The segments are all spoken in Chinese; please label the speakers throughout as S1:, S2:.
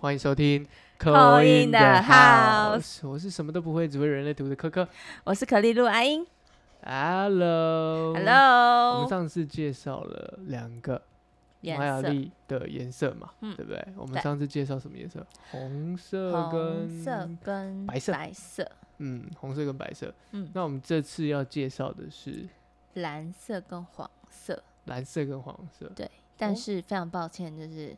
S1: 欢迎收听《
S2: Call in the
S1: House》，我是什么都不会，只会人类图的科科。
S2: 我是可丽露阿英
S1: Hello，我们
S2: ，Hello，
S1: 上次介绍了两个
S2: 颜
S1: 玛雅
S2: 色
S1: 历的颜色嘛，
S2: 嗯
S1: 对不对？我们
S2: 对
S1: 上次介绍什么颜色？红色
S2: 红
S1: 跟
S2: 色跟
S1: 白色
S2: 白色、
S1: 嗯，红色跟白色。
S2: 嗯
S1: 那我们这次要介绍的是
S2: 蓝色跟黄色，
S1: 蓝色跟黄色。
S2: 对。
S1: 哦
S2: 但是非常抱歉，就是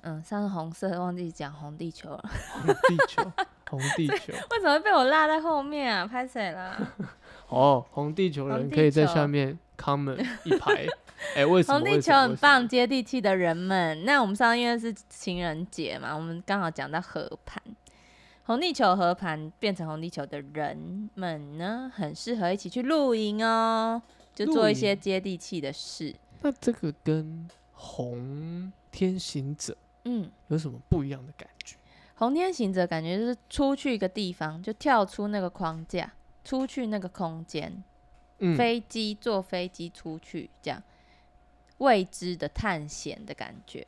S2: 嗯，上次红色忘记讲红地球了，
S1: 红地球，红地球。
S2: 为什么会被我落在后面啊？拍谁啦？
S1: 哦，红地球
S2: 红
S1: 人
S2: 地
S1: 可以在
S2: 球
S1: 下面 comment 一 排。哎、为什么？
S2: 红
S1: 为
S2: 地
S1: 什
S2: 球
S1: 么
S2: 很棒，。接地气的人们。那我们上次因为是情人节嘛，我们刚好讲到和盘，红地球和盘变成红地球的人们呢，很适合一起去露营哦，就做
S1: 露
S2: 一些
S1: 营
S2: 接地气的事。
S1: 那这个跟红天行者
S2: 嗯，
S1: 有什么不一样的感觉？
S2: 红天行者感觉就是出去一个地方，就跳出那个框架，出去那个空间，
S1: 嗯，
S2: 飞机坐飞机出去，这样未知的探险的感觉。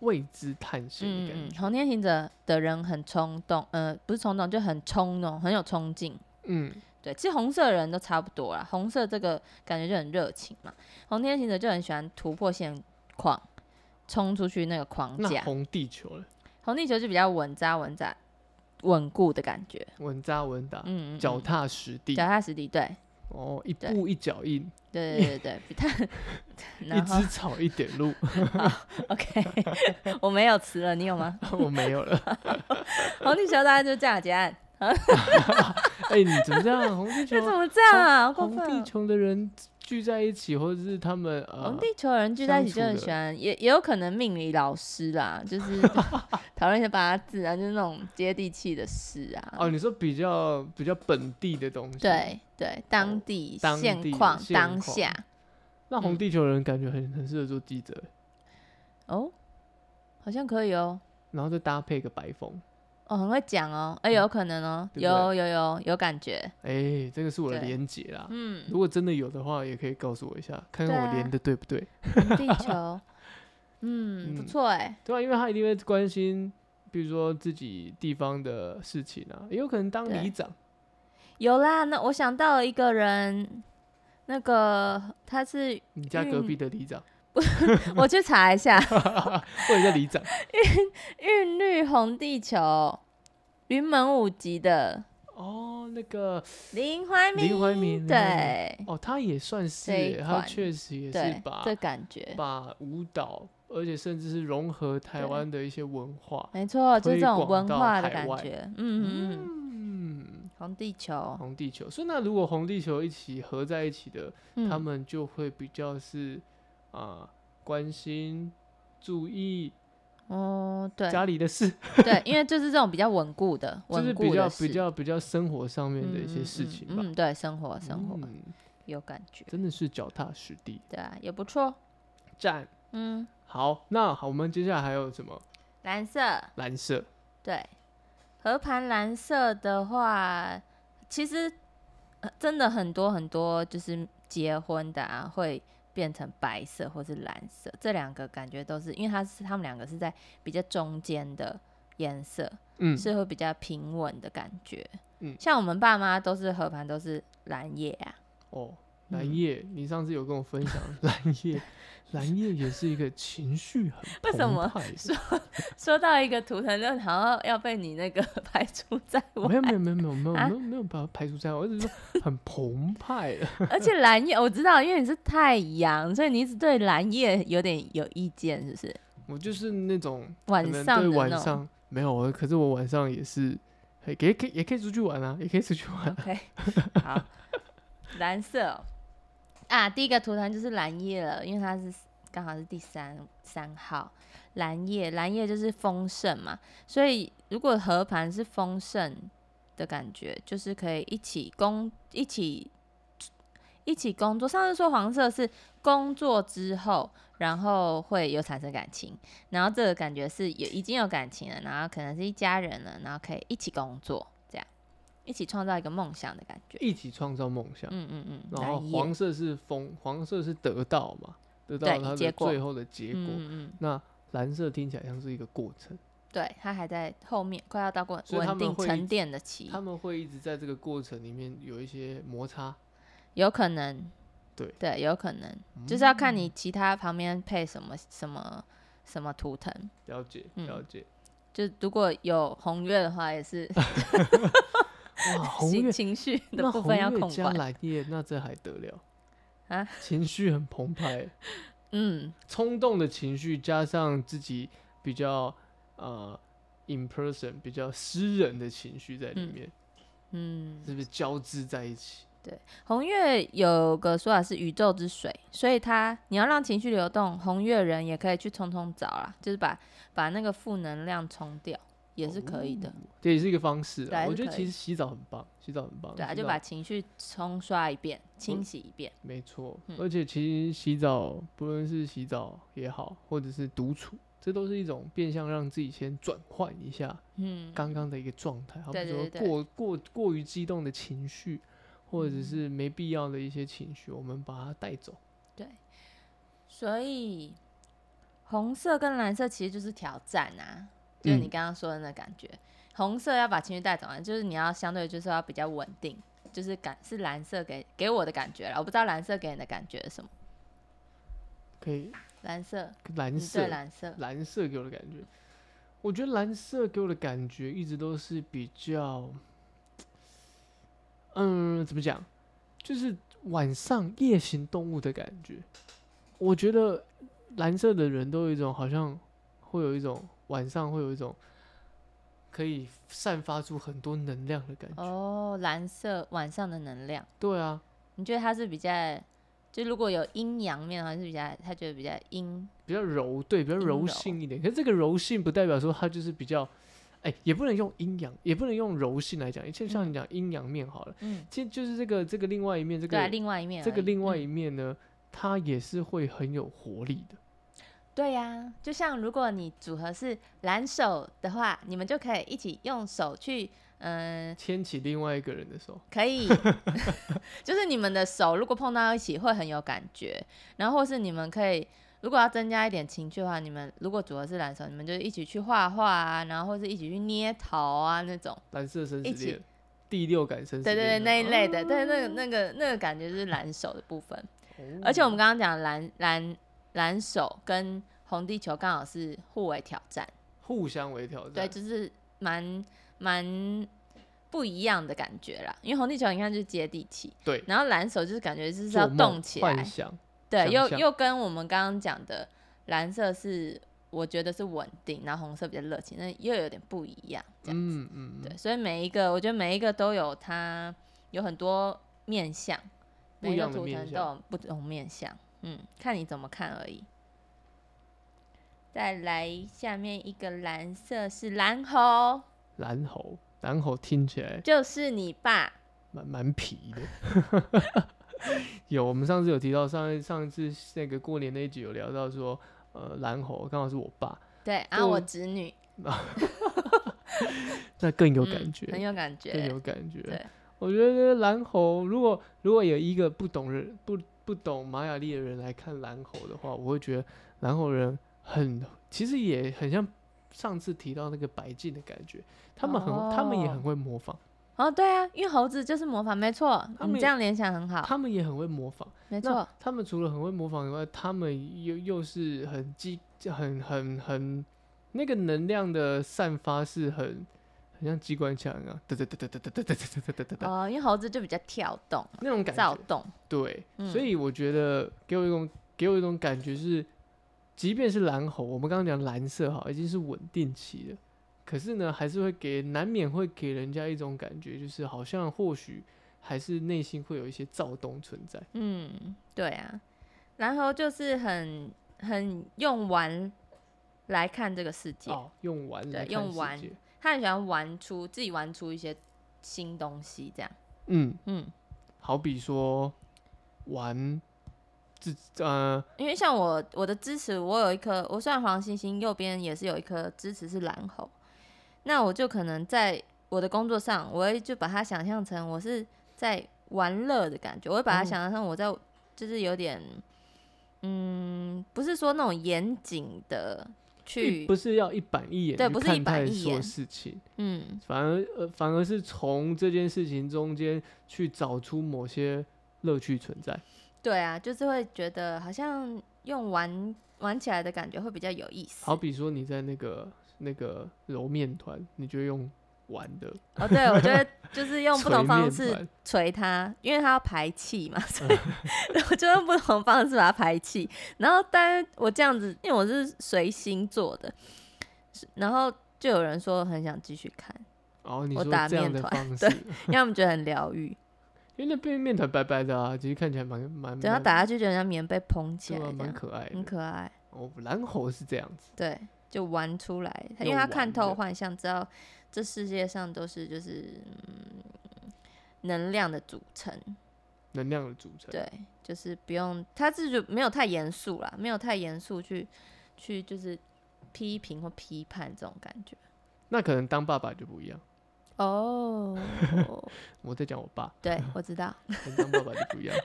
S1: 未知探险的感
S2: 嗯，
S1: 觉。
S2: 红天行者的人很冲动，呃，不是冲动，就很冲动，很有冲劲。
S1: 嗯
S2: 对，其实红色的人都差不多啦，红色这个感觉就很热情嘛。红天行者就很喜欢突破现况，冲出去那个框
S1: 嗯那
S2: 架。
S1: 红地球呢？
S2: 红地球就比较稳扎稳打、稳固的感觉。
S1: 稳扎稳打，
S2: 嗯，嗯
S1: 脚、
S2: 嗯
S1: 踏实地。
S2: 脚踏实地，对
S1: 哦，一
S2: 对
S1: 步一脚印，
S2: 对对对对，比他
S1: 一
S2: 然后
S1: 只草一点路。
S2: OK，我 没有词了，你有吗？
S1: 我没有了。
S2: 红地球大概就这样 结案，
S1: 哎、你怎么这样？红地
S2: 这怎
S1: 球，
S2: 么这样啊？好过
S1: 红
S2: 分哦
S1: 地球的人聚在一起，或者是他们呃，
S2: 红地球人聚在一起就
S1: 相处
S2: 很
S1: 的
S2: 喜欢，也也有可能命理老 师啦，就是 讨论一些八字啊，就是那种接地气的事啊。
S1: 哦，你说比较比较本地的东西。。
S2: 对对，当地
S1: 哦当地
S2: 现况
S1: 现
S2: 当
S1: 况
S2: 下
S1: 那红
S2: 嗯
S1: 地球人感觉很很适合做记者，
S2: 哦，好像可以哦，
S1: 然后再搭配个白风。
S2: 哦，很会讲哦，哎、有可能哦，
S1: 嗯对不
S2: 有有有有感觉，
S1: 哎、这个是我的
S2: 对
S1: 连结啦。
S2: 嗯，
S1: 如果真的有的话，也可以告诉我一下，看看
S2: 对
S1: 我
S2: 啊
S1: 连的对不对。
S2: 红 地球，嗯，不
S1: 嗯
S2: 错哎，
S1: 对啊，因为他一定会关心，比如说自己地方的事情啊，也有可能当
S2: 对
S1: 里长。
S2: 有啦，那我想到了一个人，那个他 是
S1: 你家隔
S2: 嗯
S1: 壁的里长，
S2: 我去查一 下，
S1: 或者叫里长，
S2: 韵律红地球，云门舞集的
S1: 哦，那个
S2: 林怀民，
S1: 林怀民，林怀民
S2: 对
S1: 哦，他也算是
S2: 这一
S1: 耶，他
S2: 款
S1: 确实也是
S2: 对，
S1: 把
S2: 这感觉
S1: 把舞蹈，而且甚至是融合台
S2: 对
S1: 湾的一些文化。
S2: 没错，就
S1: 推
S2: 是这种
S1: 广
S2: 文
S1: 到
S2: 化的
S1: 海
S2: 感
S1: 外
S2: 觉，嗯嗯嗯，
S1: 嗯，
S2: 红地球，
S1: 红地球，所以那如果红地球一起合在一起的，他
S2: 嗯，
S1: 们就会比较是啊、关心、注意
S2: 哦，对
S1: 家里的事，
S2: 对，因为就是这种比较稳固的，
S1: 就是
S2: 稳
S1: 比
S2: 固
S1: 较
S2: 的
S1: 比
S2: 事，
S1: 较比较生活上面的一些
S2: 嗯
S1: 事
S2: 嗯
S1: 情吧。
S2: 嗯，嗯对，生活生活
S1: 嗯
S2: 有感觉，
S1: 真的是脚踏实地，
S2: 对啊，也不错，
S1: 赞。
S2: 嗯，
S1: 好，那好，我们接下来还有什么？
S2: 蓝色，
S1: 蓝色，
S2: 对，和盘蓝色的话，其实、呃真的很多很多，就是结婚的啊，会变成白色或是蓝色，这两个感觉都是，因为它是他们两个是在比较中间的颜色，
S1: 嗯，
S2: 是会比较平稳的感觉。
S1: 嗯
S2: 像我们爸妈都是和盘都是蓝叶啊，
S1: 哦，蓝
S2: 嗯
S1: 叶，你上次有跟我分享蓝 叶，蓝叶也是一个情绪很
S2: 为什
S1: 澎
S2: 么
S1: 湃的
S2: 说到一个图腾，就好像要被你那个 排除在外
S1: 没。有没有没有没有没有没
S2: 啊
S1: 有没有把它排除在外，我只是说很澎湃 的。
S2: 而且蓝叶我知道，因为你是太阳，所以你一直对蓝叶有点有意见，是不是？
S1: 我就是那种可
S2: 晚
S1: 能
S2: 上
S1: 对
S2: 的
S1: 晚
S2: 那种。
S1: 上没有，我可是我晚上也是，也可以可以也可以出去玩啊， 也可以出去玩。
S2: OK，好，蓝色哦、啊，第一个图腾就是蓝叶了，因为它是刚好是第三三号蓝叶，蓝叶就是丰盛嘛，所以如果合盘是丰盛的感觉，就是可以一起工一起。一起工作，上次说黄色是工作之后，然后会有产生感情，然后这个感觉是有已经有感情了，然后可能是一家人了，然后可以一起工作，这样一起创造一个梦想的感觉。
S1: 一起创造梦想。
S2: 嗯嗯嗯，
S1: 然后
S2: 蓝叶
S1: 黄色是风，黄色是得到嘛，得到
S2: 对
S1: 它的
S2: 结果
S1: 最后的结果。
S2: 嗯嗯嗯，
S1: 那蓝色听起来像是一个过程，
S2: 对，它还在后面，快要到过
S1: 所以他
S2: 稳
S1: 们
S2: 定
S1: 会
S2: 沉淀的期
S1: 他，们会一直在这个过程里面有一些摩擦，
S2: 有可能。
S1: 对嗯
S2: 对，有可能，就是要看你其他旁边配什么什么什么图腾。
S1: 了解
S2: 嗯
S1: 了解。
S2: 就如果有红月的话，也是
S1: 哇， 红
S2: 情
S1: 月
S2: 情绪的
S1: 那
S2: 部
S1: 红
S2: 分要
S1: 月
S2: 控
S1: 加
S2: 管。
S1: 蓝叶，那这还得了
S2: 啊？
S1: 情绪很澎湃，欸
S2: 嗯，
S1: 冲动的情绪加上自己比较呃 in person 比较私人的情绪在里
S2: 嗯
S1: 面，
S2: 嗯，
S1: 是不是交织在一起？
S2: 红月有个说法是宇宙之水，所以它你要让情绪流动，红月人也可以去冲冲澡啦，啊就是把把那个负能量冲掉，也是可以的。
S1: 这也是一个方式
S2: 对
S1: 啊。
S2: 还
S1: 我
S2: 是
S1: 觉得
S2: 可
S1: 其
S2: 以
S1: 实洗澡很棒，洗澡很棒。
S2: 对啊，
S1: 洗
S2: 就
S1: 澡
S2: 把情绪冲刷一遍，清洗一遍。
S1: 没错，
S2: 嗯
S1: 而且其实洗澡，不论是洗澡也好，或者是独处，这都是一种变相让自己先转换一下
S2: 嗯，
S1: 刚刚的一个状态，好比
S2: 对对
S1: 说
S2: 对对
S1: 过过过于激动的情绪，或者
S2: 嗯
S1: 是没必要的一些情绪，我们把它带走。
S2: 对，所以红色跟蓝色其实就是挑战啊，就是你
S1: 嗯
S2: 刚刚说的那感觉。红色要把情绪带走啊，就是你要相对就是要比较稳定，就是感是蓝色给给我的感觉啦，我不知道蓝色给你的感觉是什么。
S1: 可以，
S2: 蓝色，
S1: 蓝
S2: 你
S1: 色
S2: 嗯对，蓝色，
S1: 蓝色给我的感觉，我觉得蓝色给我的感觉一直都是比较，嗯，怎么讲，就是晚上夜行动物的感觉。我觉得蓝色的人都有一种好像会有一种晚上会有一种可以散发出很多能量的感觉。
S2: 哦，蓝色晚上的能量，
S1: 对啊，
S2: 你觉得它是比较，就如果有阴阳面的话，是比较，他觉得比较阴，
S1: 比较柔，对，比较
S2: 阴
S1: 柔
S2: 柔
S1: 性一点。可是这个柔性不代表说它就是比较，哎、也不能用阴阳，也不能用柔性来讲。就像你讲阴阳面好了，
S2: 嗯，
S1: 其实就是这个这个另外一面，这
S2: 对啊、
S1: 个
S2: 另外一面而已，
S1: 这个另外
S2: 嗯
S1: 一面呢，它也是会很有活力的。
S2: 对呀、就像如果你组合是蓝手的话，你们就可以一起用手去，嗯、
S1: 牵起另外一个人的手，
S2: 可以，就是你们的手如果碰到一起会很有感觉，然后或是你们可以，如果要增加一点情趣的话，你们如果组合是蓝手，你们就一起去画画啊，然后或是一起去捏桃啊那种，
S1: 蓝色生
S2: 一
S1: 死
S2: 起
S1: 恋，第六感生死
S2: 对对对，
S1: 恋
S2: 那一
S1: 啊
S2: 类的，对那个那个那个感觉就是蓝手的部分。
S1: 哦
S2: 而且我们刚刚讲蓝蓝蓝手跟红地球刚好是互为挑战，
S1: 互相微挑
S2: 对，
S1: 战，
S2: 就是蛮蛮不一样的感觉啦。因为红地球你看就是接地气，
S1: 对
S2: 然后蓝手就是感觉就是
S1: 做
S2: 要
S1: 梦
S2: 动起
S1: 幻
S2: 来，
S1: 想，
S2: 对，
S1: 想
S2: 又
S1: 象
S2: 又跟我们刚刚讲的蓝色是我觉得是稳定，然后红色比较热情，那又有点不一样，这样、
S1: 嗯嗯，嗯
S2: 对，所以每一个我觉得每一个都有它有很多面相，
S1: 不
S2: 每
S1: 一
S2: 一个
S1: 样的
S2: 图
S1: 面
S2: 腾都
S1: 相
S2: 有不同面相，嗯，看你怎么看而已。再来下面一个蓝色是蓝猴，
S1: 蓝猴，蓝猴听起来
S2: 就是你爸，
S1: 蛮蛮皮的。有，我们上次有提到上一上一次那个过年那一集有聊到说，呃，蓝猴刚好是我爸，
S2: 对，然后我
S1: 对
S2: 侄女
S1: 那更有
S2: 嗯
S1: 感觉，
S2: 很有感
S1: 更
S2: 觉，
S1: 有感觉
S2: 对。
S1: 我觉得蓝猴，如果如果有一个不懂人不不懂玛雅历的人来看蓝猴的话，我会觉得蓝猴人很，其实也很像上次提到那个白净的感觉，他们很、他们也
S2: 哦
S1: 很会模仿，
S2: 哦，对啊，因为猴子就是魔法，没错，
S1: 他
S2: 你
S1: 们
S2: 这样联想很好，
S1: 他们也很会模仿。那
S2: 没错，
S1: 他们除了很会模仿以外，他们又又是很激、很很很那个能量的散发是很很像机关枪啊，哒哒哒哒哒哒哒哒哒哒哒哒哒
S2: 哦，因为猴子就比较跳动、
S1: 那种感
S2: 躁
S1: 觉。
S2: 动，
S1: 对，
S2: 嗯
S1: 所以我觉得给我一种给我一种感觉是，即便是蓝猴，我们刚刚讲蓝色哈，已经是稳定期了，可是呢，还是会给难免会给人家一种感觉，就是好像或许还是内心会有一些躁动存在。
S2: 嗯，对啊，然后就是很很用玩来看这个世界，
S1: 哦，用完来
S2: 对
S1: 看
S2: 用
S1: 世
S2: 玩
S1: 界
S2: 他很喜欢玩出自己玩出一些新东西，这样，
S1: 嗯，
S2: 嗯，
S1: 好比说玩自呃
S2: 因为像我我的支持，我有一颗，我虽然黄星星右边也是有一颗支持是蓝猴，那我就可能在我的工作上，我会就把它想象成我是在玩乐的感觉，我会把它
S1: 哦
S2: 想象成我在就是有点，嗯，不是说那种严谨的
S1: 一
S2: 去
S1: 不，是要一板一眼
S2: 对
S1: 去
S2: 不是
S1: 看
S2: 一板
S1: 待
S2: 一
S1: 所有
S2: 眼
S1: 事情，
S2: 嗯
S1: 反而呃反而是从这件事情中间去找出某些乐趣存在。
S2: 对啊，就是会觉得好像用玩玩起来的感觉会比较有意思。
S1: 好比说你在那个那个揉面团，你就用玩的
S2: 哦，对，我觉得就是用不
S1: 捶
S2: 同方
S1: 面
S2: 式
S1: 团
S2: 捶它，因为它要排气嘛，所以 我就用不同方式把它排气。然后，但是我这样子，因为我是随心做的，是然后就有人说很想继续看，
S1: 哦，你
S2: 我
S1: 说
S2: 打
S1: 这样
S2: 面
S1: 的
S2: 团
S1: 方式
S2: 对，因为他们觉得很疗 愈。
S1: 因为那边面团白白的啊，其实看起来蛮蛮
S2: 等它
S1: 蛮
S2: 啊打下去，就很像棉被蓬起
S1: 对
S2: 来
S1: 啊，
S2: 这
S1: 蛮
S2: 样，
S1: 可爱的。
S2: 很可爱。
S1: 哦，蓝猴是这样子，
S2: 对，就玩出来，因为
S1: 用
S2: 他看
S1: 玩
S2: 透
S1: 的
S2: 幻象，知道这世界上都是就是、嗯、能量的组成。
S1: 能量的组成。
S2: 对，就是不用，他自己没有太严肃啦，没有太严肃去去就是批评或批判这种感觉。
S1: 那可能当爸爸就不一样。
S2: 哦，
S1: 我在讲我爸，
S2: 对，我知 道，
S1: 跟当爸爸就不 一样，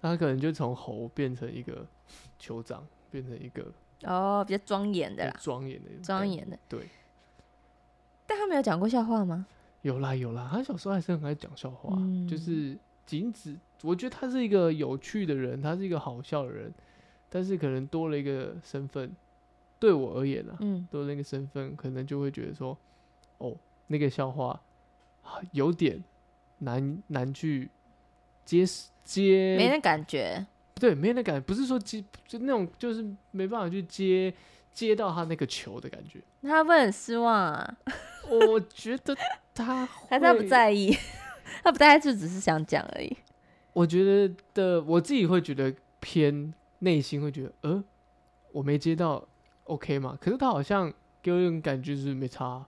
S1: 他可能就从猴变成一个酋长，变成一个
S2: 哦，比较庄严
S1: 比
S2: 的
S1: 较
S2: 啦，
S1: 庄严的人
S2: 庄
S1: 但。
S2: 严的。
S1: 对，
S2: 但他没有讲过笑话吗？
S1: 有啦有啦，他小时候还是很爱讲笑话，
S2: 嗯
S1: 就是仅止。我觉得他是一个有趣的人，他是一个好笑的人，但是可能多了一个身份，对我而言啊，
S2: 嗯，
S1: 多了一个身份，可能就会觉得说，哦，那个笑话啊有点难难去接接
S2: 没那感觉。
S1: 对，没那感觉，不是说接就那种，就是没办法去接接到他那个球的感觉。
S2: 那他会很失望啊，
S1: 我觉得他
S2: 还是他不
S1: 会，
S2: 在意？ 他不在意，就只是想讲而已。
S1: 我觉得的我自己会觉得偏内心会觉得，呃，我没接到 OK 嘛？可是他好像给我一种感觉就是没差啊，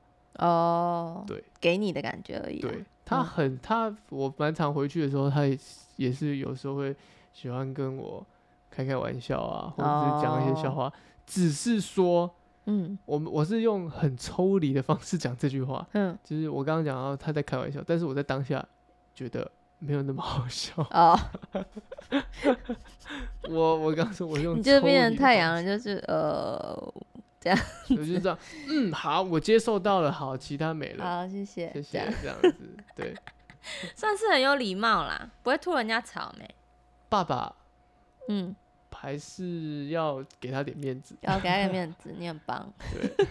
S2: 哦，
S1: 对，
S2: 给你的感觉而已啦。
S1: 对他
S2: 嗯
S1: 很他我蛮常回去的时候，他也也是有时候会喜欢跟我开开玩笑啊，或者是讲一些笑
S2: 哦
S1: 话，只是说。
S2: 嗯
S1: 我们我是用很抽离的方式讲这句话，
S2: 嗯，
S1: 就是我刚刚讲到他在开玩笑，但是我在当下觉得没有那么好笑。
S2: 哦，
S1: 我我刚说我用
S2: 你就
S1: 抽
S2: 变
S1: 离
S2: 成
S1: 的
S2: 太
S1: 方
S2: 阳
S1: 式，
S2: 了，就是呃，
S1: 我就 这样，嗯，好，我接受到了，好，其他没了，
S2: 好，谢谢，
S1: 谢
S2: 这
S1: 谢
S2: 样，
S1: 这样子。对，
S2: 算是很有礼貌啦，不会吐人家草莓。
S1: 爸爸
S2: 嗯，
S1: 还是要给他点面子。
S2: 要给他点面子，你很棒。
S1: 对，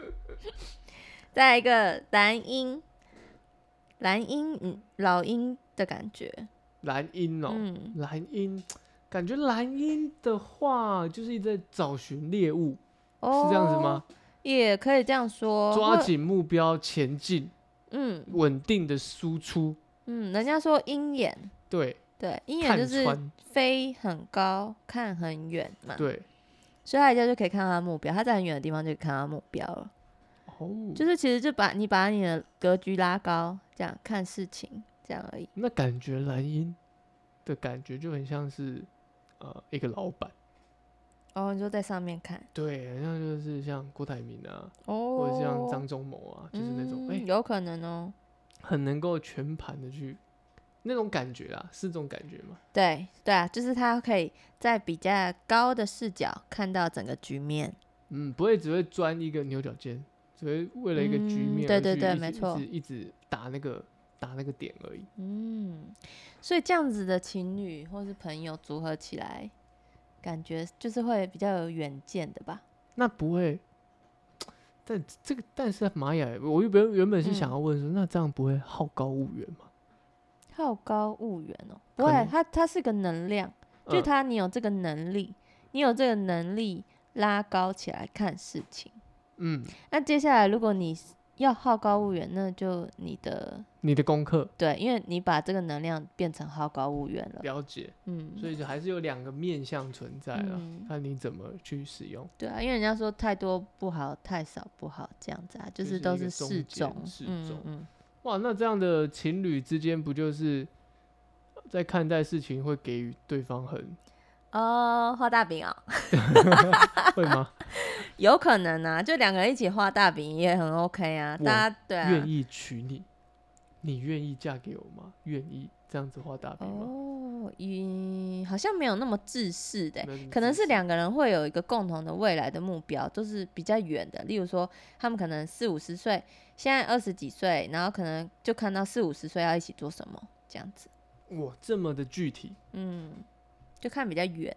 S2: 再来一个蓝鹰，蓝鹰，嗯，老鹰的感觉。
S1: 蓝鹰哦，
S2: 嗯，
S1: 蓝鹰，感觉蓝鹰的话就是一直在找寻猎物，
S2: 哦
S1: 是这样子吗？？
S2: 也可以这样说。
S1: 抓
S2: 或。
S1: 紧目标前进，
S2: 嗯
S1: 稳定的输出。
S2: 嗯，人家说鹰眼，
S1: 对，
S2: 对，鹰眼
S1: 看
S2: 就是呃
S1: 穿，
S2: 飞很高，看很远嘛。，
S1: 对，
S2: 所以他一下就可以看到他的目标，他在很远的地方就可以看到目标了。
S1: 哦，
S2: 就是其实就把你把你的格局拉高，这样看事情，这样而已。
S1: 那感觉蓝鹰的感觉就很像是呃一个老板，
S2: 哦，你就在上面看，
S1: 对，很像就是像郭台铭啊，
S2: 哦，
S1: 或者像张忠谋啊，就是那种哎、
S2: 嗯有可能哦，
S1: 很能够全盘的去那种感觉啦，是这种感觉吗？
S2: 对对啊，就是他可以在比较高的视角看到整个局面，
S1: 嗯，不会只会钻一个牛角尖，只会为了一个局
S2: 嗯
S1: 面、
S2: 对对对没错
S1: 一直一直打那个打那个点而已。
S2: 嗯，所以这样子的情侣或是朋友组合起来，感觉就是会比较有远见的吧？
S1: 那不会。但这个，但是玛雅，我原本原本是想
S2: 嗯
S1: 要问说，那这样不会好高骛远吗？
S2: 好高骛远哦，不
S1: 可
S2: 会
S1: 能，
S2: 它它是个能量。就
S1: 嗯
S2: 他，你有这个能力，你有这个能力拉高起来看事情。
S1: 嗯，
S2: 那接下来，如果你是要好高骛远，那就你的
S1: 你的功课
S2: 对，因为你把这个能量变成好高骛远了。
S1: 了解，所
S2: 嗯，
S1: 以就还是有两个面向存在啊了，
S2: 嗯
S1: 看你怎么去使用。
S2: 对啊，因为人家说太多不好，太少不好，这样子啊，就
S1: 就是是
S2: 都
S1: 一个
S2: 是
S1: 中
S2: 适
S1: 间
S2: 中，
S1: 适
S2: 嗯
S1: 中
S2: 嗯，
S1: 哇，那这样的情侣之间不就是在看待事情会给予对方很
S2: 哦，画大饼哦，
S1: 会吗？
S2: 有可能啊，就两个人一起画大饼也很 OK 啊，
S1: 我
S2: 大家对啊，
S1: 愿意娶你，你愿意嫁给我吗？愿意这样子画大饼吗？
S2: 哦，我一好像没有那么自私的欸、
S1: 没有什么
S2: 可能
S1: 自
S2: 是
S1: 私
S2: 两个人会有一个共同的未来的目标，都是比较远的。例如说，他们可能四五十岁，现在二十几岁，然后可能就看到四五十岁要一起做什么这样子。
S1: 哇这么的具体，
S2: 嗯，就看比较远，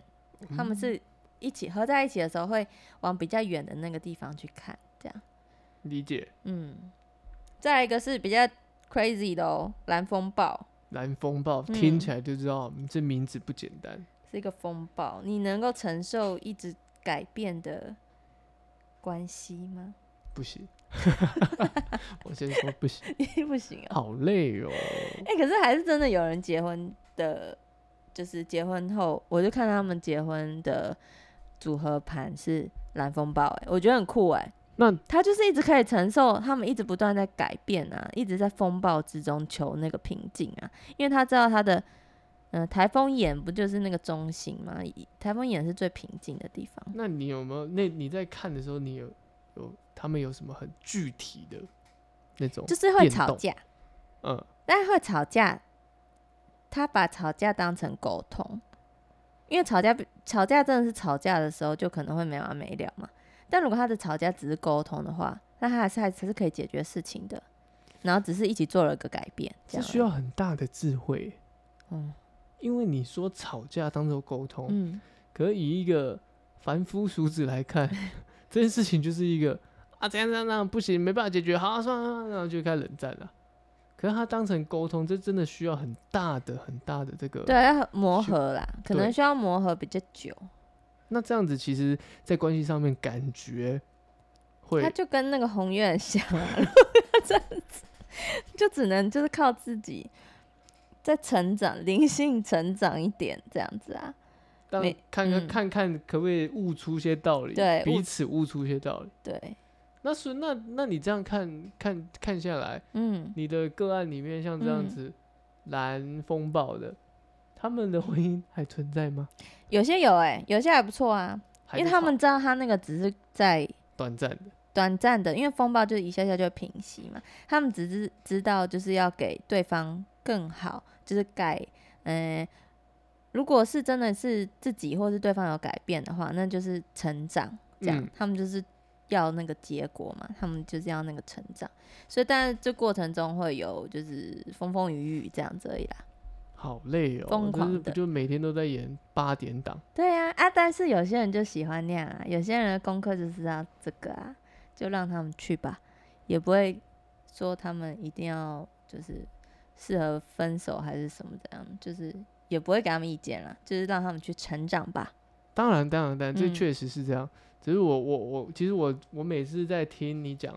S2: 他们是一起合在一起的时候会往比较远的那个地方去看，这样。
S1: 理解
S2: 嗯，再来一个是比较 crazy 的哦，蓝风暴
S1: 蓝风暴听
S2: 嗯
S1: 起来就知道、这名字不简单，
S2: 是一个风暴，你能够承受一直改变的关系吗？
S1: 不行。 我先说不行，
S2: 不行哦。
S1: 好累哦。
S2: 哎、可是还是真的有人结婚的，就是结婚后，我就看他们结婚的组合盘是蓝风暴、哎，我觉得很酷、哎，
S1: 那
S2: 他就是一直可以承受，他们一直不断在改变啊，一直在风暴之中求那个平静啊，因为他知道他的，嗯、台风眼不就是那个中心吗？台风眼是最平静的地方。
S1: 那你有没有？那你在看的时候，你有有他们有什么很具体的那种？
S2: 就是会
S1: 变
S2: 吵
S1: 动
S2: 架，
S1: 嗯，
S2: 但会吵架，他把吵架当成沟通，因为吵架吵架真的是吵架的时候就可能会没完没了嘛。但如果他的吵架只是沟通的话，那他还是还是可以解决事情的，然后只是一起做了个改变，这
S1: 这
S2: 样
S1: 需
S2: 而
S1: 要很大的智慧，
S2: 已嗯
S1: 因为你说吵架当做沟通，
S2: 嗯
S1: 可是以一个凡夫俗子来 看，这件事情就是一个啊怎样怎样怎样不行，没办法解决，好、啊、算了算了，然后就开始冷战了。可是他当成沟通，这真的需要很大的很大的这个。
S2: 对，啊要磨合啦，可能
S1: 对
S2: 需要磨合比较久。
S1: 那这样子，其实，在关系上面感觉会
S2: 他就跟那个红月很像、 啊，如果这样子就只能就是靠自己在成长，灵性成长一点这样子啊。
S1: 当
S2: 没
S1: 看看、
S2: 嗯
S1: 看看可不可以悟出些道理，
S2: 对悟
S1: 彼此悟出些道理。
S2: 对，
S1: 那是那那你这样看看看下来，
S2: 嗯，
S1: 你的个案里面像这样
S2: 嗯
S1: 子、蓝风暴的，他们的婚姻还存在吗？
S2: 有些有哎、有些还不错啊，
S1: 还
S2: 因为
S1: 是
S2: 他
S1: 好
S2: 们知道他那个只是在
S1: 短暂的，
S2: 短暂的，因为风暴就一下下就平息嘛，他们只是知道就是要给对方更好，就是改，嗯、如果是真的是自己或是对方有改变的话，那就是成长，这样、
S1: 嗯
S2: 他们就是要那个结果嘛，他们就是要那个成长，所以但是这过程中会有就是风风雨雨这样子而已啦。
S1: 好累哦，就
S2: 疯
S1: 是
S2: 狂
S1: 不
S2: 的
S1: 就每天都在演八点档，
S2: 对呀、啊，但是有些人就喜欢那样啊，有些人的功课就是要这个啊，就让他们去吧，也不会说他们一定要就是适合分手还是什么这样，就是也不会给他们意见啦，就是让他们去成长吧。
S1: 当然，当然，当然，这
S2: 嗯
S1: 确实是这样。只是我，我，我，其实我，我每次在听你讲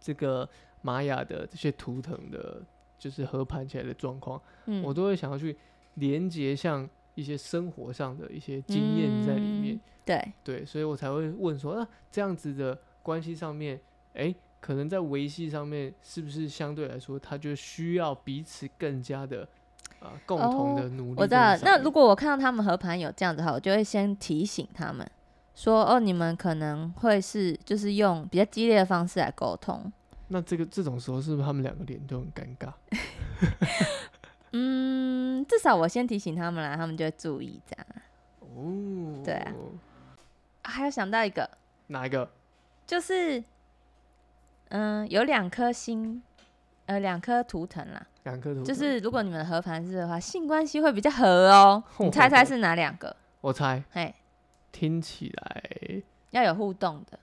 S1: 这个玛雅的这些图腾的，就是合盘起来的状况，
S2: 嗯，
S1: 我都会想要去连接像一些生活上的一些经验在里面。
S2: 嗯对，
S1: 对，所以我才会问说，那、啊这样子的关系上面，哎、可能在维系上面，是不是相对来说，它就需要彼此更加的啊、呃共同的
S2: 哦
S1: 努力
S2: 我
S1: 跟
S2: 知
S1: 上
S2: 道
S1: 面、。
S2: 那如果我看到他们合盘有这样子的话，我就会先提醒他们说，哦，你们可能会是就是用比较激烈的方式来沟通。
S1: 那这个这种时候，是不是他们两个脸就很尴尬？
S2: 嗯，至少我先提醒他们啦，他们就会注意这样。
S1: 哦，
S2: 对啊啊还有想到一个，
S1: 哪一个？
S2: 就是，嗯、有两颗星，呃，两颗图腾啦。
S1: 两颗头的，
S2: 就是如果你们的合盘是的话，性关系会比较合 哦。你猜猜是哪两个？
S1: 我猜
S2: 嘿，
S1: 听起来
S2: 要有互动的，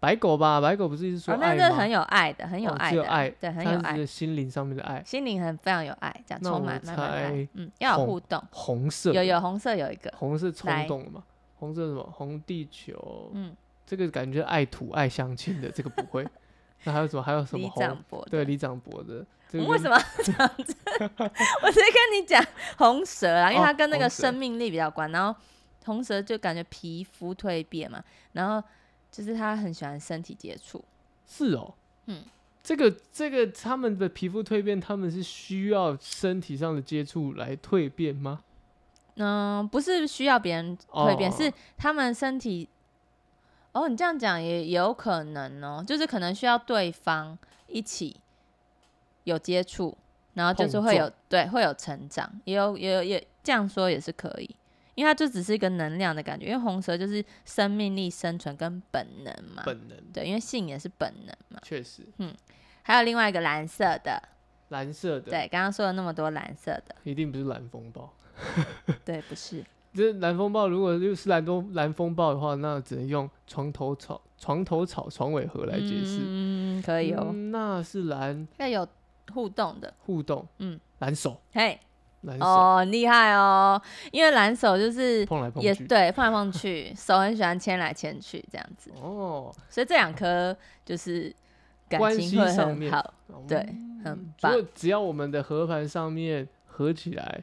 S1: 白狗吧，白狗不是一直说
S2: 哦，那
S1: 爱
S2: 这
S1: 吗？
S2: 很有爱的，很有
S1: 哦
S2: 爱
S1: 只有
S2: 的，
S1: 爱
S2: 对，很
S1: 它
S2: 有
S1: 是
S2: 爱，
S1: 心灵上面的爱，
S2: 心灵很非常有爱，这样
S1: 那
S2: 充
S1: 我
S2: 满满满的
S1: 猜
S2: 爱，嗯，要有
S1: 红
S2: 互动，
S1: 红色
S2: 有
S1: 的
S2: 有红色有一个，
S1: 红色冲
S2: 来
S1: 动了嘛？红色什么？红地球，
S2: 嗯，
S1: 这个感觉爱土爱乡亲的，这个不 会。那还有什么？还有什么
S2: 李
S1: 红？
S2: 长博的，
S1: 对，李长博的，这个
S2: 我们
S1: 跟
S2: 为什么要 这样子？我直接跟你讲红蛇啦，因为
S1: 哦
S2: 它跟那
S1: 红
S2: 个
S1: 蛇
S2: 生命力比较有关。然后红蛇就感觉皮肤蜕变嘛，然后就是他很喜欢身体接触，
S1: 是哦，
S2: 嗯，
S1: 这个这个他们的皮肤蜕变，他们是需要身体上的接触来蜕变吗？
S2: 嗯、不是需要别人蜕变，
S1: 哦
S2: 是他们身体。哦，你这样讲也也有可能哦，就是可能需要对方一起有接触，然后就是
S1: 碰
S2: 会
S1: 撞
S2: 有对会有成长，也有也有也这样说也是可以，因为它就只是一个能量的感觉，因为红蛇就是生命力、生存跟本能嘛，
S1: 本能
S2: 对，因为性也是本能嘛。
S1: 确实
S2: 还有另外一个蓝色的，
S1: 蓝色的，
S2: 对，刚刚说了那么多蓝色的，
S1: 一定不是蓝风暴。
S2: 对，不是，
S1: 这蓝风暴如果就是蓝风蓝风暴的话，那只能用床头草、床头草、床尾和来解释。
S2: 嗯，可以哦，
S1: 嗯那是蓝
S2: 要有互动的，
S1: 互动，
S2: 嗯，
S1: 蓝手，
S2: 嘿，
S1: 蓝手、
S2: 哦，很厉害哦，因为蓝手就是
S1: 碰来碰
S2: 也
S1: 去。
S2: 对碰来碰去， 手很喜欢牵来牵去这样子，
S1: 哦，
S2: 所以这两颗就是感
S1: 关系
S2: 情会
S1: 上
S2: 很
S1: 面
S2: 好，对
S1: 嗯
S2: 很
S1: 如
S2: 棒
S1: 果只要我们的合盘上面合起来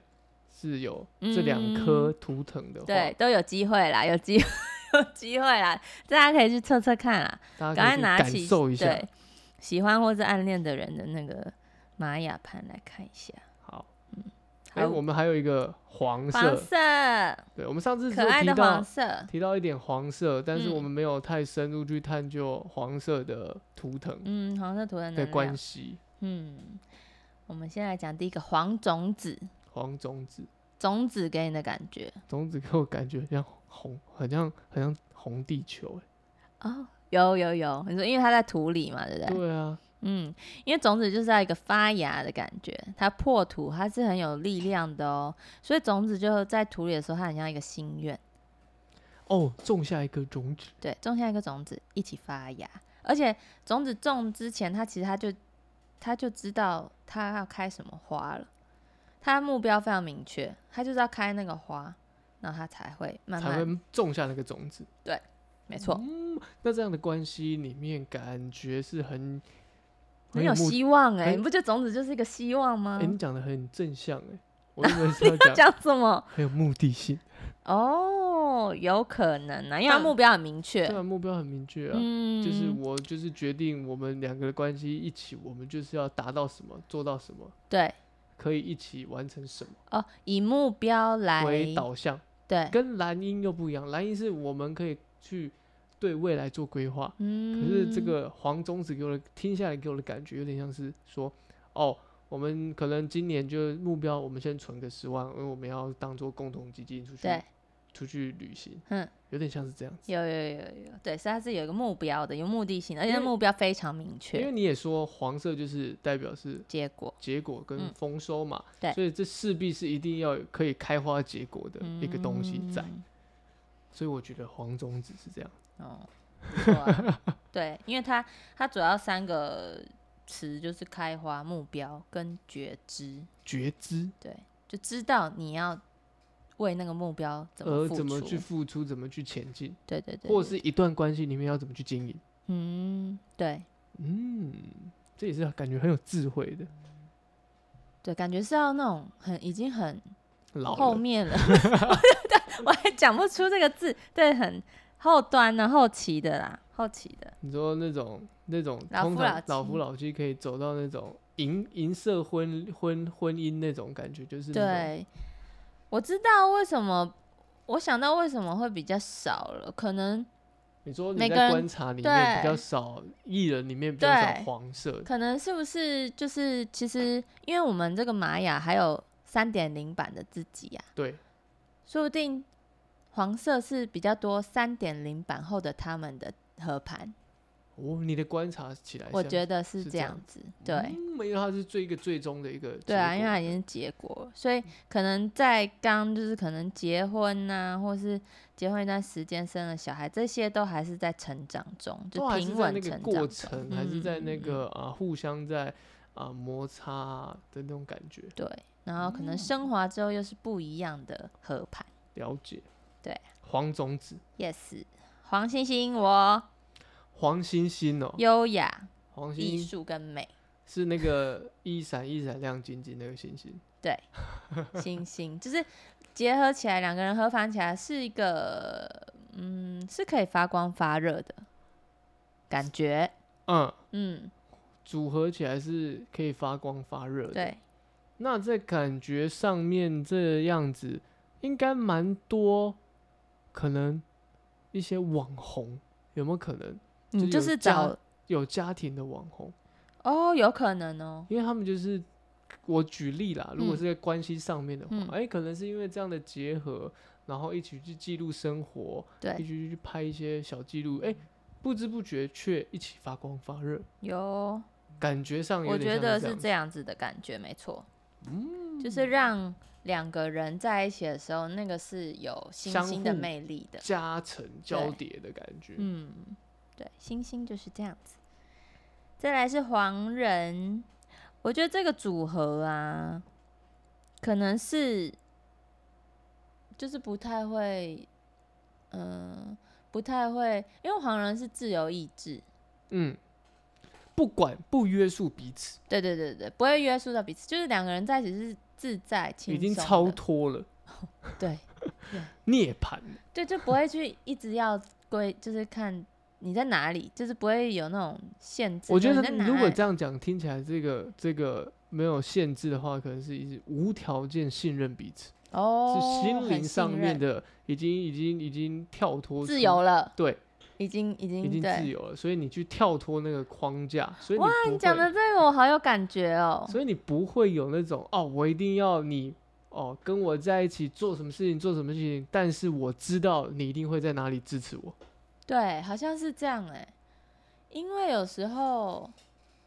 S1: 是有
S2: 嗯
S1: 这两颗图腾的话，
S2: 对，都有机会啦，有机会 有机会啦，大家可以去测测看啦，
S1: 大
S2: 赶
S1: 家可
S2: 快
S1: 以去感
S2: 拿起
S1: 受一下。
S2: 对喜欢或是暗恋的人的那个玛雅盘来看一下，
S1: 好，哎、
S2: 好
S1: 我们还有一个黄色，
S2: 黄色，
S1: 对，我们上次只
S2: 可
S1: 有
S2: 爱
S1: 提
S2: 的黄
S1: 到
S2: 色，
S1: 提到一点黄色，但是我
S2: 嗯
S1: 们没有太深入去探究黄色的图腾
S2: 嗯，黄色图的
S1: 的
S2: 能
S1: 关
S2: 量，
S1: 系。
S2: 嗯，我们先来讲第一个黄种子，
S1: 黄种子，
S2: 种子给你的感觉
S1: 种子给我感觉很像红，很像很像红地球、
S2: 哦，有有有，你说因为它在土里嘛，对不
S1: 哎，对啊，
S2: 嗯，因为种子就是要一个发芽的感觉，它破土，它是很有力量的哦。所以种子就在土里的时候，它很像一个心愿，
S1: 哦，种下一颗种子，
S2: 对，种下一个种子，一起发芽。而且种子种之前，它其实它就它就知道它要开什么花了，它目标非常明确，它就是要开那个花，然后它才会慢
S1: 才
S2: 慢，
S1: 会种下那个种子。
S2: 没错，
S1: 那这样的关系里面，感觉是很
S2: 很有
S1: 目
S2: 希望哎、
S1: 很
S2: 你不觉得种子就是一个希望啊吗
S1: 哎、？ 你讲的很正向哎、 我认为是要讲
S2: 讲什么？
S1: 很有目的性，
S2: 哦，有可能啊，因为它
S1: 但
S2: 目标很明确
S1: 虽。然目标很明确啊，
S2: 嗯
S1: 就是我就是决定我们两个的关系一起，我们就是要达到什么，做到什么，
S2: 对
S1: 可以一起完成什么
S2: 哦，以目标来
S1: 为导向，
S2: 对，
S1: 跟蓝鹰又不一样，蓝鹰是我们可以去对未来做规划，
S2: 嗯
S1: 可是这个黄种子给我的听下来给我的感觉有点像是说，哦，我们可能今年就目标，我们先存个十万，因嗯为我们要当做共同基金出去
S2: 对，
S1: 出去旅行，
S2: 嗯，
S1: 有点像是这样子。
S2: 有有有有有，对，所以它是有一个目标的，有目的性的，而且
S1: 因
S2: 它
S1: 为
S2: 目标非常明
S1: 因
S2: 确
S1: 为。你也说黄色就是代表是
S2: 结果
S1: 结果跟
S2: 嗯
S1: 丰收嘛，
S2: 对
S1: 所以这势必是一定要有可以开花结果的一个东西在，
S2: 嗯
S1: 所以我觉得黄种子是这样。
S2: 哦，不错 啊对，因为它它主要三个词就是开花、目标跟觉知，
S1: 觉知，
S2: 对，就知道你要为那个目标怎么
S1: 而
S2: 付
S1: 呃怎么
S2: 出
S1: 去付出，怎么去前进，
S2: 对对对，
S1: 或
S2: 对
S1: 是一段关系里面要怎么去经营。
S2: 嗯，对
S1: 嗯，这也是感觉很有智慧的。
S2: 对，感觉是要那种很已经很
S1: 老
S2: 后
S1: 了
S2: 面了， 对，我还讲不出这个字，对，很后端呢，后期的啦，后期的，
S1: 你说那种那种
S2: 老
S1: 通
S2: 夫
S1: 常
S2: 老
S1: 老
S2: 妻
S1: 夫老妻可以走到那种银银色婚婚婚姻那种感觉，就是那种
S2: 对，我知道为什么，我想到为什么会比较少了，可能
S1: 你说你
S2: 每个
S1: 在
S2: 人
S1: 观察里面比较
S2: 对
S1: 少艺人里面比较少
S2: 对
S1: 黄色，
S2: 可能是不是就是其实因为我们这个玛雅还有三点零版的自己啊呀、
S1: 对，
S2: 说不定黄色是比较多三点零版后的他们的合盘，
S1: 哦，你的观察起来像，
S2: 我觉得是
S1: 是
S2: 这
S1: 这
S2: 样
S1: 样
S2: 子，对。
S1: 嗯，因为它是最一个最终的一个
S2: 对啊，因为它
S1: 为
S2: 已经是结
S1: 嗯
S2: 果了，所以可能在刚就是可能结婚呐、或是结婚一段时间生了小孩，这些都还是在成长中，就
S1: 都还是
S2: 平
S1: 在
S2: 稳
S1: 那
S2: 成
S1: 个
S2: 长
S1: 过
S2: 中
S1: 程，还是在那。
S2: 嗯嗯嗯
S1: 个啊互相在啊摩擦的那种感觉，
S2: 嗯对，然
S1: 哦
S2: 后可能升华之后又是不一样的合盘。
S1: 了解。
S2: 对，
S1: 黄种子，
S2: Yes，黄星星我
S1: 黄星星哦，
S2: 优雅、
S1: 黄星
S2: 艺
S1: 星
S2: 术跟美
S1: 是那个一闪一闪亮晶晶那个星星，
S2: 星星，就是结合起来，两个人合盘起来是一个，嗯，是可以发光发热的感觉。
S1: 嗯，
S2: 嗯，
S1: 组合起来是可以发光发热的。
S2: 对。
S1: 那在感觉上面这样子，应该蛮多，可能一些网红有没有可能就
S2: 你嗯就
S1: 有
S2: 是
S1: 家
S2: 找
S1: 有家庭的网红？
S2: 哦，有可能哦，
S1: 因为他们就是我举例啦，如果
S2: 嗯
S1: 是在关系上面的话，哎、
S2: 嗯
S1: 可能是因为这样的结合，然后一起去记录生活，一
S2: 对
S1: 起，去拍一些小记录，哎、不知不觉却一起发光发热，
S2: 有，
S1: 感觉上有
S2: 我觉
S1: 点
S2: 得
S1: 像这样子。嗯
S2: 是这样子的感觉，没错。就是让两个人在一起的时候，那个是有星
S1: 相
S2: 星的
S1: 互
S2: 魅力的。
S1: 加成交叠的感觉，
S2: 嗯，对，星星就是这样子。再来是黄人，我觉得这个组合啊，可能是就是不太会，嗯、不太会，因为黄人是自由意志，
S1: 嗯，不管不约束彼此，
S2: 对对对对，不会约束到彼此，就是两个人在一起是自在轻松
S1: 已
S2: 的，
S1: 经超脱了
S2: 对
S1: 涅槃了，
S2: 对，就不会去一直要归，就是看你在哪里，就是不会有那种限制。
S1: 我觉
S2: 说
S1: 得
S2: 你在哪
S1: 如果
S2: 里
S1: 这样讲，听起来这个这个没有限制的话，可能是一直无条件信任彼此，
S2: 哦，
S1: 是心
S2: 很
S1: 灵上
S2: 信
S1: 面
S2: 任
S1: 的已经已经已经跳脱
S2: 自
S1: 出
S2: 由，了，
S1: 对，
S2: 已经已经
S1: 已经自
S2: 对。
S1: 由了，所以你去跳脱那个框架，所以你
S2: 哇
S1: 不
S2: 你讲
S1: 会，
S2: 的这个我好有感觉哦，
S1: 所以你不会有那种哦，我一定要你。哦，跟我在一起做什么事情，做什么事情，但是我知道你一定会在哪里支持我。
S2: 对，好像是这样哎、因为有时候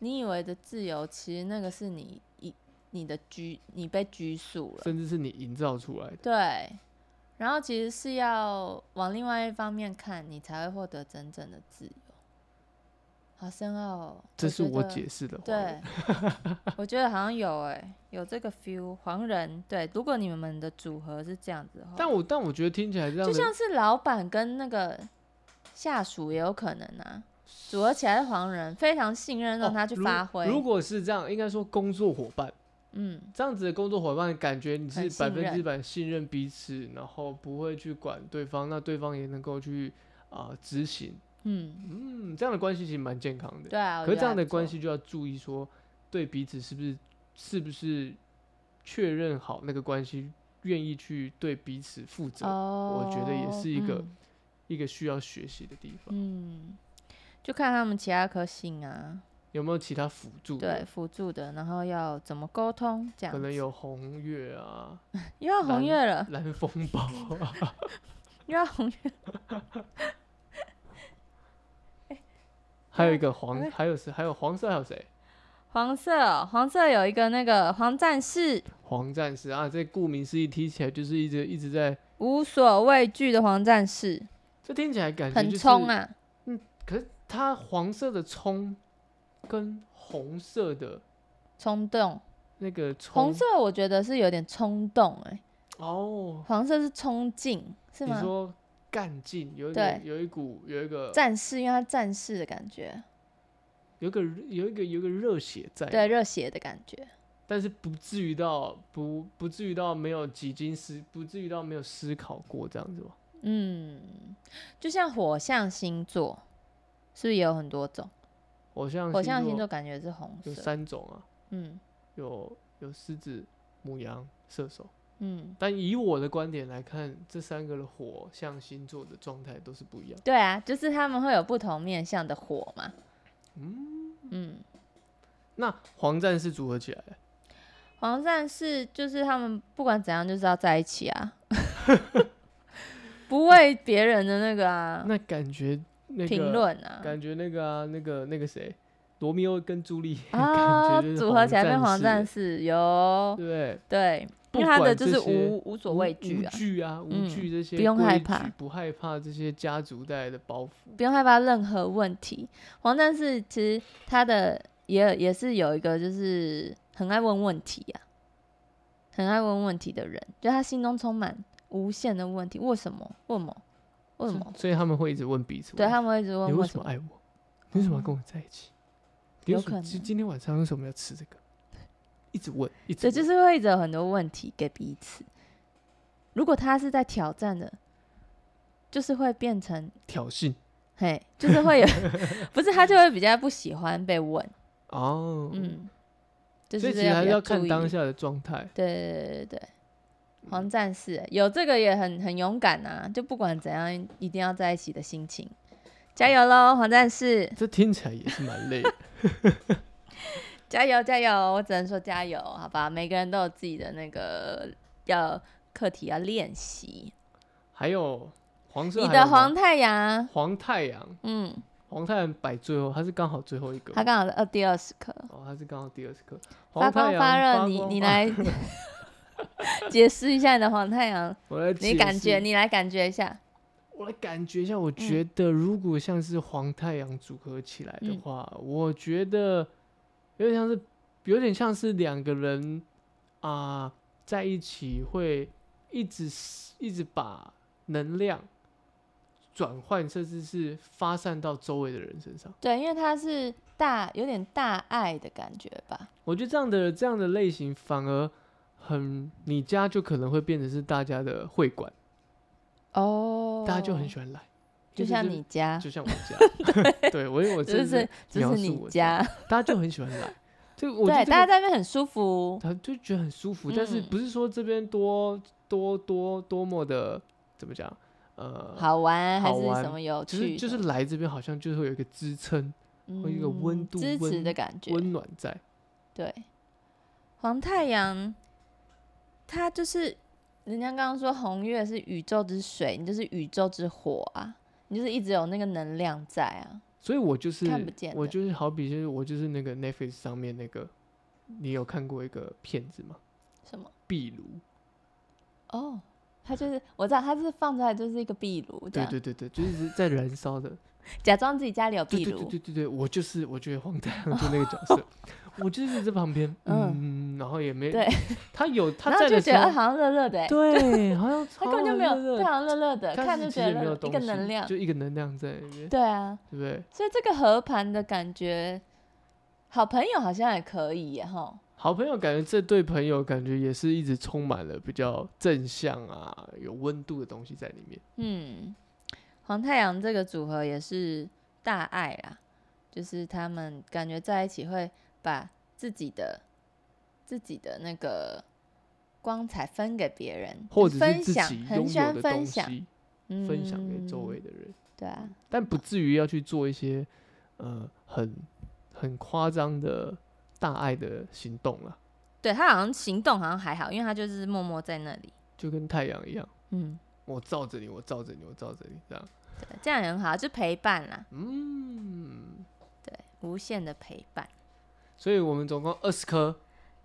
S2: 你以为的自由，其实那个是你一你的拘，你被拘束了，
S1: 甚至是你营造出来的。
S2: 对。然后其实是要往另外一方面看，你才会获得真正的自由。好深奥哦，
S1: 这是我
S2: 觉得
S1: 解释的话。
S2: 对， 我觉得好像有哎、有这个 feel。黄人对，如果你们的组合是这样子的话，
S1: 但我但我觉得听起来这样
S2: 就
S1: 的
S2: 像是老板跟那个下属也有可能啊，组合起来的黄人非常信任，让
S1: 哦
S2: 他去
S1: 如
S2: 发挥。
S1: 如果是这样，应该说工作伙伴
S2: 嗯，
S1: 这样子的工作伙伴，感觉你是
S2: 很
S1: 百
S2: 信任
S1: 分之百信任彼此，然后不会去管对方，那对方也能够去啊执、行。
S2: 嗯，
S1: 嗯，这样的关系其实蛮健康的。
S2: 对啊，我
S1: 可是
S2: 觉
S1: 这样
S2: 得
S1: 的
S2: 还不
S1: 关
S2: 错，
S1: 系就要注意说，对彼此是不是是不是确认好那个关系，愿意去对彼此负责，
S2: 哦，
S1: 我觉得也是一个
S2: 嗯
S1: 一个需要学习的地方。
S2: 嗯，就看他们其他颗星啊，
S1: 有没有其他辅助的？
S2: 对辅助的，然后要怎么沟通，这样
S1: 可能
S2: 子
S1: 有红月 啊、
S2: 又要红
S1: 蓝
S2: 月了。
S1: 蓝风暴啊，
S2: 又要红月，
S1: 还有一个黄，
S2: 哎
S1: 还有谁？还有黄色，还有谁？
S2: 黄色哦、黄色有一个那个黄战士，
S1: 黄战士啊，这顾名思义，听起来就是一直一直在，
S2: 无所畏惧的黄战士，
S1: 这听起来感觉
S2: 很
S1: 就是
S2: 冲啊，
S1: 可是它黄色的冲跟红色的
S2: 冲动。
S1: 那个冲，
S2: 红色我觉得是有点冲动、哎，
S1: 哦，
S2: 黄色是冲劲，是
S1: 你
S2: 吗？
S1: 说干劲，有一点
S2: 对
S1: 有一股有一个
S2: 战士，因为它战士的感觉，
S1: 有一个有一个有一个热血在，
S2: 对，热血的感觉，
S1: 但是不至于到不不至于到没有几经思，不至于到没有思考过这样子吧？
S2: 嗯，就像火象星座，是不是也有很多种？
S1: 火象
S2: 火象星
S1: 座
S2: 座感觉是红
S1: 有
S2: 色，
S1: 三种啊，
S2: 嗯
S1: 有有狮子、母羊、射手。
S2: 嗯，
S1: 但以我的观点来看，这三个的火象星座的状态都是不一样。
S2: 对啊，就是他们会有不同面向的火嘛，嗯
S1: 那黄战士组合起来，啊
S2: 黄战士就是他们不管怎样就是要在一起 啊，不为别人的那个啊
S1: 那感觉那个
S2: 评论啊
S1: 感觉那个啊，那个那个谁，罗密欧跟朱丽 叶
S2: 啊
S1: 感觉就是
S2: 组合起来变黄
S1: 黄
S2: 战
S1: 士，
S2: 士有
S1: 对不对？
S2: 对，
S1: 不
S2: 因为他的
S1: 管
S2: 就
S1: 这
S2: 是
S1: 些
S2: 无无所畏惧啊
S1: 无，惧啊，无
S2: 嗯
S1: 惧这些、
S2: 不用害怕，
S1: 不害怕这些家族带来的包袱。
S2: 不用害怕任何问题。黄战士其实他的也也是有一个就是很爱问问题啊，很爱问问题的人，就他心中充满无限的问题，为什么？为什么？为什么？
S1: 所以他们会一直问彼此问题，
S2: 对他们会一直
S1: 你
S2: 问
S1: 为
S2: 为
S1: 什
S2: 什
S1: 么
S2: 么？嗯
S1: 爱我？你为什么要跟我在一起？你为
S2: 有
S1: 什么
S2: 可
S1: 今
S2: 能
S1: 今天晚上为什么要吃这个？一直问，一直
S2: 对，
S1: 问，
S2: 就是会一直有很多问题给彼此。如果他是在挑战的，就是会变成
S1: 挑衅
S2: 嘿，就是 会有，不是他就会比较不喜欢被问，
S1: 哦。
S2: 嗯，就
S1: 所
S2: 是
S1: 以其实还
S2: 比
S1: 是
S2: 较
S1: 要看
S2: 注
S1: 当
S2: 意。
S1: 下的嗯状态。
S2: 对对对对对，黄战士欸有这个也很很勇敢啊，就不管怎样，一定要在一起的心情，加油喽，黄战士，
S1: 这听起来也是蛮累的。
S2: 加油加油！我只能说加油，好吧？每个人都有自己的那个要课题要练习。
S1: 还有黄色
S2: 你
S1: 还有
S2: 的
S1: 吗
S2: 黄太阳，
S1: 黄太阳，
S2: 嗯，
S1: 黄太阳摆最后，它是刚好最后一个
S2: 它刚好是二第二十课，
S1: 哦，它是刚好第二十个。
S2: 发
S1: 黄
S2: 光
S1: 太阳
S2: 发热，
S1: 发
S2: 你
S1: 光啊
S2: 你
S1: 发，
S2: 来 解释一下你的黄太阳，
S1: 我来
S2: 你
S1: 解
S2: 感
S1: 释
S2: 觉，你来感觉一下，
S1: 我来感觉一下。
S2: 嗯
S1: 我觉得如果像是黄太阳组合起来的
S2: 嗯
S1: 话，我觉得有点像是有点像是两个人啊、在一起会一直一直把能量转换，甚至是发散到周围的人身上。
S2: 对，因为它是大有点大爱的感觉吧，
S1: 我觉得这样的这样的类型反而很，你家就可能会变成是大家的会馆，
S2: 哦
S1: 大家就很喜欢来，
S2: 就
S1: 因为
S2: 像
S1: 这是
S2: 你家，
S1: 就像我家， 对我因为我
S2: 就
S1: 真的
S2: 是就
S1: 描
S2: 是
S1: 述
S2: 你
S1: 我
S2: 家，
S1: 大家就很喜欢来，这我
S2: 对，
S1: 觉
S2: 大
S1: 得这个
S2: 家在那边很舒服，
S1: 他就觉得很舒服，但是
S2: 嗯
S1: 不是说这边多多多多么的怎么讲，呃，
S2: 好玩还
S1: 好
S2: 是
S1: 玩
S2: 什么有
S1: 就
S2: 趣
S1: 是
S2: 的，
S1: 就是来这边好像就是会有一个支撑、会有一个温
S2: 嗯
S1: 度
S2: 支持
S1: 温
S2: 的感觉，
S1: 温暖在，
S2: 对，黄太阳，它就是人家刚刚说红月是宇宙之水，你就是宇宙之火啊，你就是一直有那个能量在啊。
S1: 所以我就是
S2: 看不见
S1: 我
S2: 的
S1: 就是好比就是我就是那个 Netflix 上面那个，你有看过一个片子吗？
S2: 什么？
S1: 壁炉，
S2: 哦，它就是我知道，它是放出来就是一个壁炉这
S1: 对
S2: 样，
S1: 对对对，就是在燃烧的，
S2: 假装自己家里有
S1: 对
S2: 壁
S1: 对对
S2: 炉
S1: 对，对对，我就是我觉得黄太阳就那个角色，我就是在旁边，嗯，然后也没
S2: 对，
S1: 他有
S2: 然
S1: 他
S2: 后
S1: 在
S2: 就
S1: 的时
S2: 觉得
S1: 候，
S2: 好像热热的欸，
S1: 对，好像
S2: 它根本就没
S1: 超热热
S2: 有，对，好像热热的，
S1: 但
S2: 看
S1: 是
S2: 就
S1: 其
S2: 觉
S1: 实也
S2: 得
S1: 没有
S2: 热热一
S1: 东
S2: 个
S1: 西
S2: 能量，
S1: 就一个能量在那边，
S2: 对啊，
S1: 对不对？
S2: 所以这个和盘的感觉，好朋友好像也可以耶吼。
S1: 好朋友感觉这对朋友感觉也是一直充满了比较正向啊，有温度的东西在里面。
S2: 嗯，黄太阳这个组合也是大爱啦，就是他们感觉在一起会把自己的自己的那个光彩分给别人，
S1: 或
S2: 就
S1: 者是
S2: 分
S1: 自
S2: 享
S1: 己，
S2: 很
S1: 拥
S2: 喜
S1: 有
S2: 欢
S1: 的
S2: 分
S1: 东
S2: 享，
S1: 西分享给周围
S2: 嗯。
S1: 的人，
S2: 对啊，
S1: 但不至于要去做一些呃很很夸张的大爱的行动了，
S2: 对他好像行动好像还好，因为他就是默默在那里。
S1: 就跟太阳一样，
S2: 嗯，
S1: 我罩着你，我罩着你，我罩着你，这样，
S2: 对，这样也很好，就陪伴啦，
S1: 嗯，
S2: 对，无限的陪伴。
S1: 所以我们总共二十颗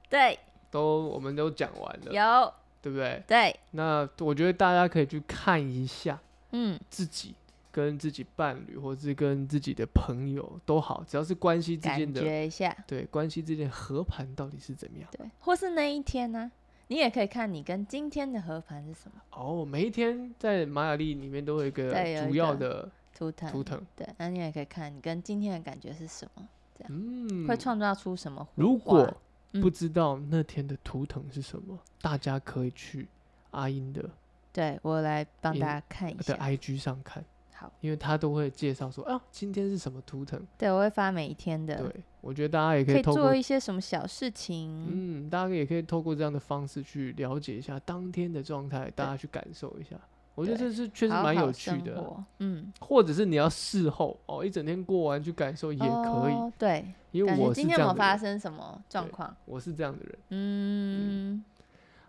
S2: 对，
S1: 都我们都讲完了，
S2: 有
S1: 对不对？
S2: 对，
S1: 那我觉得大家可以去看一下
S2: 嗯，
S1: 自己。跟自己伴侣，或是跟自己的朋友都好，只要是关系之间
S2: 感
S1: 的，
S2: 觉一下。
S1: 对关系之间的和盘到底是怎么样？
S2: 对，或是那一天呢、你也可以看你跟今天的合盘是什么
S1: 哦，每一天在玛雅历里面都有一个
S2: 对有
S1: 主
S2: 一
S1: 要
S2: 个
S1: 的
S2: 图腾。
S1: 图腾，
S2: 对，那你也可以看你跟今天的感觉是什么，
S1: 嗯，
S2: 会创造出什么火花。
S1: 如果
S2: 嗯
S1: 不知道那天的图腾是什么，大家可以去阿英的
S2: 对我来帮
S1: 嗯
S2: 大家看一
S1: 的
S2: 下。
S1: IG 上看，
S2: 好，
S1: 因为他都会介绍说啊，今天是什么图腾。
S2: 对我会发每一天的，
S1: 对，我觉得大家也可
S2: 可
S1: 以
S2: 以
S1: 透
S2: 做
S1: 过
S2: 一些什么小事情。
S1: 嗯，大家也可以透过这样的方式去了解一下当天的状态，大家去感受一下。我觉得
S2: 对
S1: 这是确实
S2: 好
S1: 蛮
S2: 好
S1: 有趣
S2: 生
S1: 的啊，
S2: 活。嗯，
S1: 或者是你要事后哦，一整天过完去感受也可以，
S2: 哦对，
S1: 因为
S2: 感
S1: 我
S2: 觉
S1: 是
S2: 今
S1: 这
S2: 天有没
S1: 样
S2: 有
S1: 的
S2: 发
S1: 人，
S2: 生什么状
S1: 对
S2: 况？
S1: 我是这样的人。
S2: 嗯，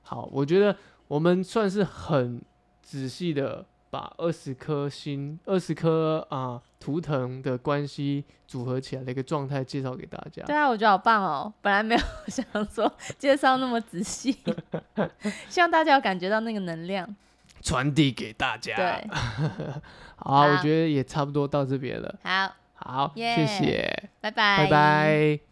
S1: 好，我觉得我们算是很仔细的把二十颗星、二十颗啊图腾的关系组合起来的一个状态介绍给大家。
S2: 对啊，我觉得好棒哦！本来没有想说介绍那么 仔细，希望大家有感觉到那个能量。
S1: 传递给大家。
S2: 对，
S1: 好啊，我
S2: 好
S1: 觉得也差不多到这边了。
S2: 好，
S1: 好
S2: 耶
S1: 谢谢，
S2: 拜拜，
S1: 拜拜